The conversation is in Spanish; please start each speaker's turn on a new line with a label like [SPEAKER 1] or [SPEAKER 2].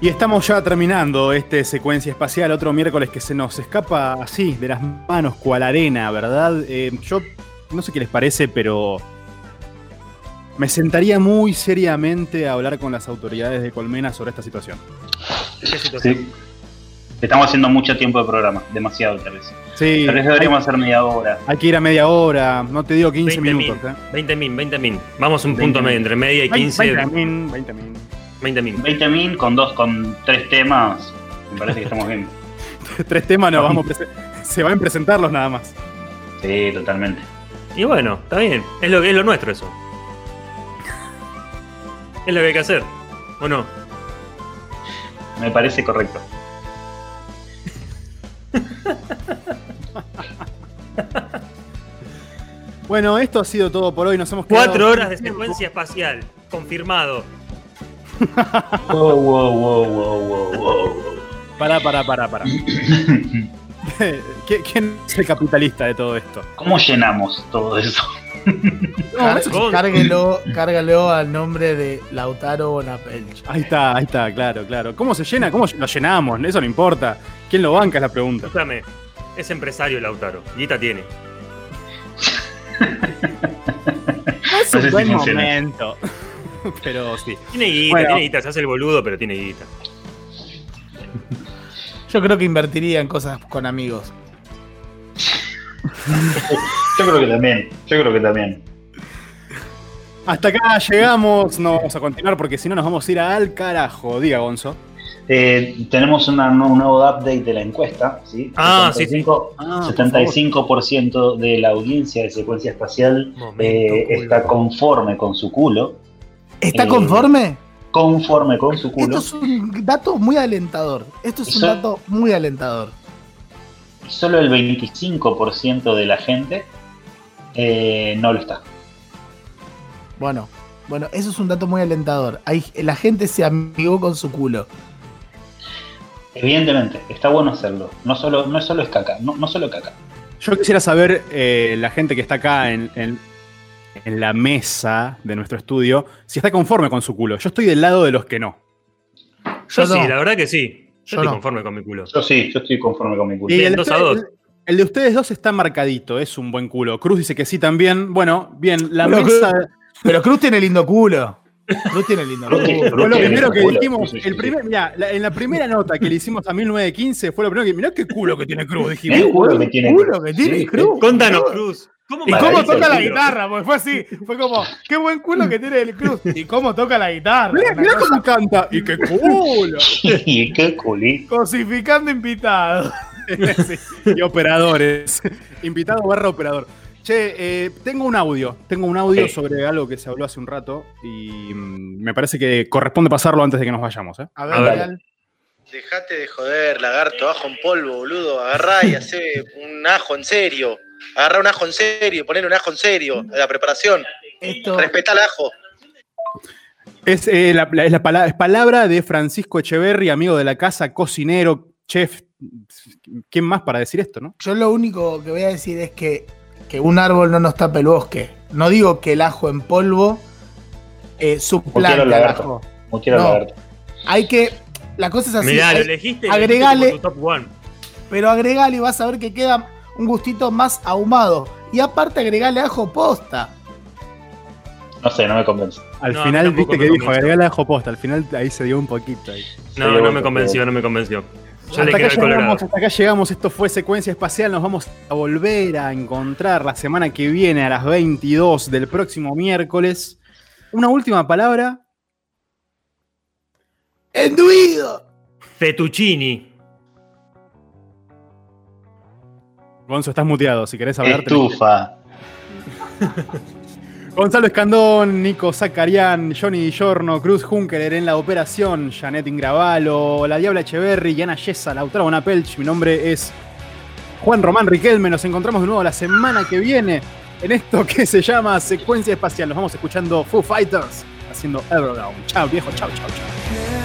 [SPEAKER 1] Y estamos ya terminando este secuencia espacial, otro miércoles que se nos escapa así, de las manos, cual arena, ¿verdad? Eh, yo no sé qué les parece, pero me sentaría muy seriamente a hablar con las autoridades de Colmena sobre esta situación.
[SPEAKER 2] ¿Qué situación? Sí. Estamos haciendo mucho tiempo de programa, demasiado tal vez.
[SPEAKER 1] Sí,
[SPEAKER 2] Tal vez deberíamos hacer media hora.
[SPEAKER 1] Hay que ir a media hora, no te digo 15
[SPEAKER 3] 20.000,
[SPEAKER 1] minutos. ¿eh?
[SPEAKER 3] 20.000, 20.000. Vamos un
[SPEAKER 2] 20.000.
[SPEAKER 3] punto medio, entre media y 15.
[SPEAKER 1] 20 min, 20 min.
[SPEAKER 3] 20.000.
[SPEAKER 2] 20 min con dos, con tres temas. Me parece que estamos bien.
[SPEAKER 1] Tres temas nos vamos a presen- Se van a presentarlos nada más.
[SPEAKER 2] Sí, totalmente.
[SPEAKER 3] Y bueno, está bien. Es lo, es lo nuestro eso. Es lo que hay que hacer. ¿O no?
[SPEAKER 2] Me parece correcto.
[SPEAKER 1] Bueno, esto ha sido todo por hoy. Nos hemos quedado.
[SPEAKER 3] Cuatro horas de
[SPEAKER 1] sin tiempo.
[SPEAKER 3] secuencia espacial. Confirmado.
[SPEAKER 2] Wow, wow, wow, wow, wow, wow.
[SPEAKER 1] Pará, pará, pará, pará. ¿Qui- ¿Quién es el capitalista de todo esto? Ah,
[SPEAKER 2] ¿Cómo llenamos todo eso?
[SPEAKER 4] Car-
[SPEAKER 3] eso-
[SPEAKER 4] cárguelo, cárgalo al nombre de Lautaro Bonapelcha.
[SPEAKER 1] Ahí está, ahí está, claro, claro. ¿Cómo se llena? ¿Cómo lo llenamos? Eso no importa. ¿Quién lo banca es la pregunta?
[SPEAKER 3] Escúchame. Es empresario Lautaro. Guita tiene.
[SPEAKER 1] Es
[SPEAKER 2] No sé si funciona.
[SPEAKER 1] momento. Pero sí.
[SPEAKER 3] Tiene guita,
[SPEAKER 1] Bueno.
[SPEAKER 3] tiene guita. Se hace el boludo, pero tiene guita.
[SPEAKER 4] Yo creo que invertiría en cosas con amigos.
[SPEAKER 2] Yo creo que también. Yo creo que también.
[SPEAKER 1] Hasta acá llegamos. No vamos a continuar porque si no nos vamos a ir al carajo. Diga, Gonzo.
[SPEAKER 2] Eh, tenemos una, nu- un nuevo update de la encuesta. ¿sí?
[SPEAKER 3] Ah, sí,
[SPEAKER 1] Ah, por
[SPEAKER 2] 75% de la audiencia de secuencia espacial
[SPEAKER 3] Momento,
[SPEAKER 2] eh,
[SPEAKER 3] culo.
[SPEAKER 2] está conforme con su culo.
[SPEAKER 4] ¿Está
[SPEAKER 2] Eh,
[SPEAKER 4] conforme?
[SPEAKER 2] Conforme con su
[SPEAKER 4] Esto
[SPEAKER 2] culo.
[SPEAKER 4] es un dato muy alentador. Esto es un
[SPEAKER 2] Eso-
[SPEAKER 4] dato muy alentador.
[SPEAKER 2] Y Solo el 25% de la gente eh, no lo está.
[SPEAKER 4] Bueno, bueno, eso es un dato muy alentador. Hay, la gente se amigó con su culo.
[SPEAKER 2] Evidentemente, está bueno hacerlo. No solo, no solo es caca, no, no solo caca.
[SPEAKER 1] Yo quisiera saber, eh, la gente que está acá en, en- en la mesa de nuestro estudio, si está conforme con su culo. Yo estoy del lado de los que no.
[SPEAKER 3] Yo,
[SPEAKER 4] Yo
[SPEAKER 3] sí,
[SPEAKER 4] no.
[SPEAKER 3] la verdad que sí. Yo,
[SPEAKER 4] Yo
[SPEAKER 3] estoy
[SPEAKER 4] no.
[SPEAKER 3] conforme con mi culo.
[SPEAKER 2] Yo sí, yo estoy conforme con mi culo.
[SPEAKER 1] Y
[SPEAKER 3] Bien,
[SPEAKER 1] el, de
[SPEAKER 3] dos a
[SPEAKER 1] ustedes-
[SPEAKER 3] dos.
[SPEAKER 1] el de ustedes dos está marcadito, es un buen culo. Cruz dice que sí también. Bueno, bien, la
[SPEAKER 4] Bueno,
[SPEAKER 1] mesa.
[SPEAKER 4] Pero Cruz tiene lindo culo. Cruz tiene lindo
[SPEAKER 2] Cruz tiene-
[SPEAKER 4] culo.
[SPEAKER 1] Fue lo
[SPEAKER 2] tiene
[SPEAKER 1] primero que
[SPEAKER 2] culo.
[SPEAKER 1] dijimos.
[SPEAKER 2] Sí, sí,
[SPEAKER 1] el
[SPEAKER 2] sí,
[SPEAKER 1] primer, mirá, la- en la primera nota que le hicimos a 1915 fue lo primero que. Mirá qué culo que tiene Cruz, dijimos.
[SPEAKER 2] El culo que tiene
[SPEAKER 4] culo que tiene
[SPEAKER 2] Sí,
[SPEAKER 4] Cruz.
[SPEAKER 3] Contanos, Cruz. ¿Cómo
[SPEAKER 4] ¿Y
[SPEAKER 2] Para
[SPEAKER 4] cómo
[SPEAKER 2] ahí
[SPEAKER 3] manejas el
[SPEAKER 4] toca la
[SPEAKER 3] culo?
[SPEAKER 4] guitarra? Porque fue así, fue como, qué buen culo que tiene el Cruz. ¿Y cómo toca la guitarra?
[SPEAKER 1] Mirá,
[SPEAKER 4] Una
[SPEAKER 1] mirá
[SPEAKER 4] cosa-
[SPEAKER 1] cómo canta. Y qué culo.
[SPEAKER 2] Y qué culito.
[SPEAKER 4] Cosificando invitados.
[SPEAKER 1] Sí, Y operadores. Invitado barra operador. Che, eh, tengo un audio. Tengo un audio
[SPEAKER 2] Sí.
[SPEAKER 1] sobre algo que se habló hace un rato y mm, me parece que corresponde pasarlo antes de que nos vayamos. ¿eh?
[SPEAKER 4] A
[SPEAKER 3] A ver.
[SPEAKER 4] ver, Real.
[SPEAKER 5] Dejate de joder, lagarto, ajo en polvo, boludo. Agarrá y hace un ajo en serio. Agarrá un ajo en serio, poner un ajo en serio a la preparación.
[SPEAKER 4] esto,
[SPEAKER 5] Respeta el ajo.
[SPEAKER 1] Es, eh, la, la- es la pala- es palabra de Francisco Echeverry, amigo de la casa, cocinero, chef. ¿Quién más para decir esto, no?
[SPEAKER 4] yo lo único que voy a decir es que, que un árbol no nos tapa el bosque. No digo que el ajo en polvo eh, suplante
[SPEAKER 2] Porque
[SPEAKER 4] al
[SPEAKER 2] era lagarto.
[SPEAKER 4] ajo.
[SPEAKER 2] Como quiero
[SPEAKER 4] No.
[SPEAKER 2] lagarto.
[SPEAKER 4] Hay que, la cosa es así,
[SPEAKER 3] Mirá, lo
[SPEAKER 4] hay-
[SPEAKER 3] elegiste. lo
[SPEAKER 4] agregale-
[SPEAKER 3] elegiste como tu top one.
[SPEAKER 4] pero agregale y vas a ver que queda un gustito más ahumado. Y aparte agregale ajo posta.
[SPEAKER 2] No sé, no me convence.
[SPEAKER 1] Al
[SPEAKER 3] No, a mí
[SPEAKER 1] final,
[SPEAKER 3] tampoco
[SPEAKER 1] viste que
[SPEAKER 3] me
[SPEAKER 1] dijo,
[SPEAKER 3] convence.
[SPEAKER 1] agregá la ajo posta. Al final ahí se dio un poquito. ahí.
[SPEAKER 2] Sí,
[SPEAKER 3] No, no
[SPEAKER 2] bueno,
[SPEAKER 3] me convenció, no me convenció. Yo le
[SPEAKER 1] Hasta
[SPEAKER 3] quiero
[SPEAKER 1] acá,
[SPEAKER 3] el colorado.
[SPEAKER 1] llegamos, hasta acá llegamos, esto fue Secuencia Espacial, nos vamos a volver a encontrar la semana que viene a las 22 del próximo miércoles. Una última palabra,
[SPEAKER 4] ¡Enduido!
[SPEAKER 3] Fettuccini.
[SPEAKER 1] Gonzo, estás muteado, si querés hablar. tenés
[SPEAKER 2] Estufa.
[SPEAKER 1] que- Gonzalo Escandón, Nico Zacarián, Johnny Giorno, Cruz Junkerer en la operación, Janet Ingravalo, La Diabla Echeverry, Yana Yesa, Lautaro Bonapelch, mi nombre es Juan Román Riquelme, nos encontramos de nuevo la semana que viene en esto que se llama Secuencia Espacial, nos vamos escuchando Foo Fighters haciendo Everdown. Chao viejo, chao, chao, chao.
[SPEAKER 6] Never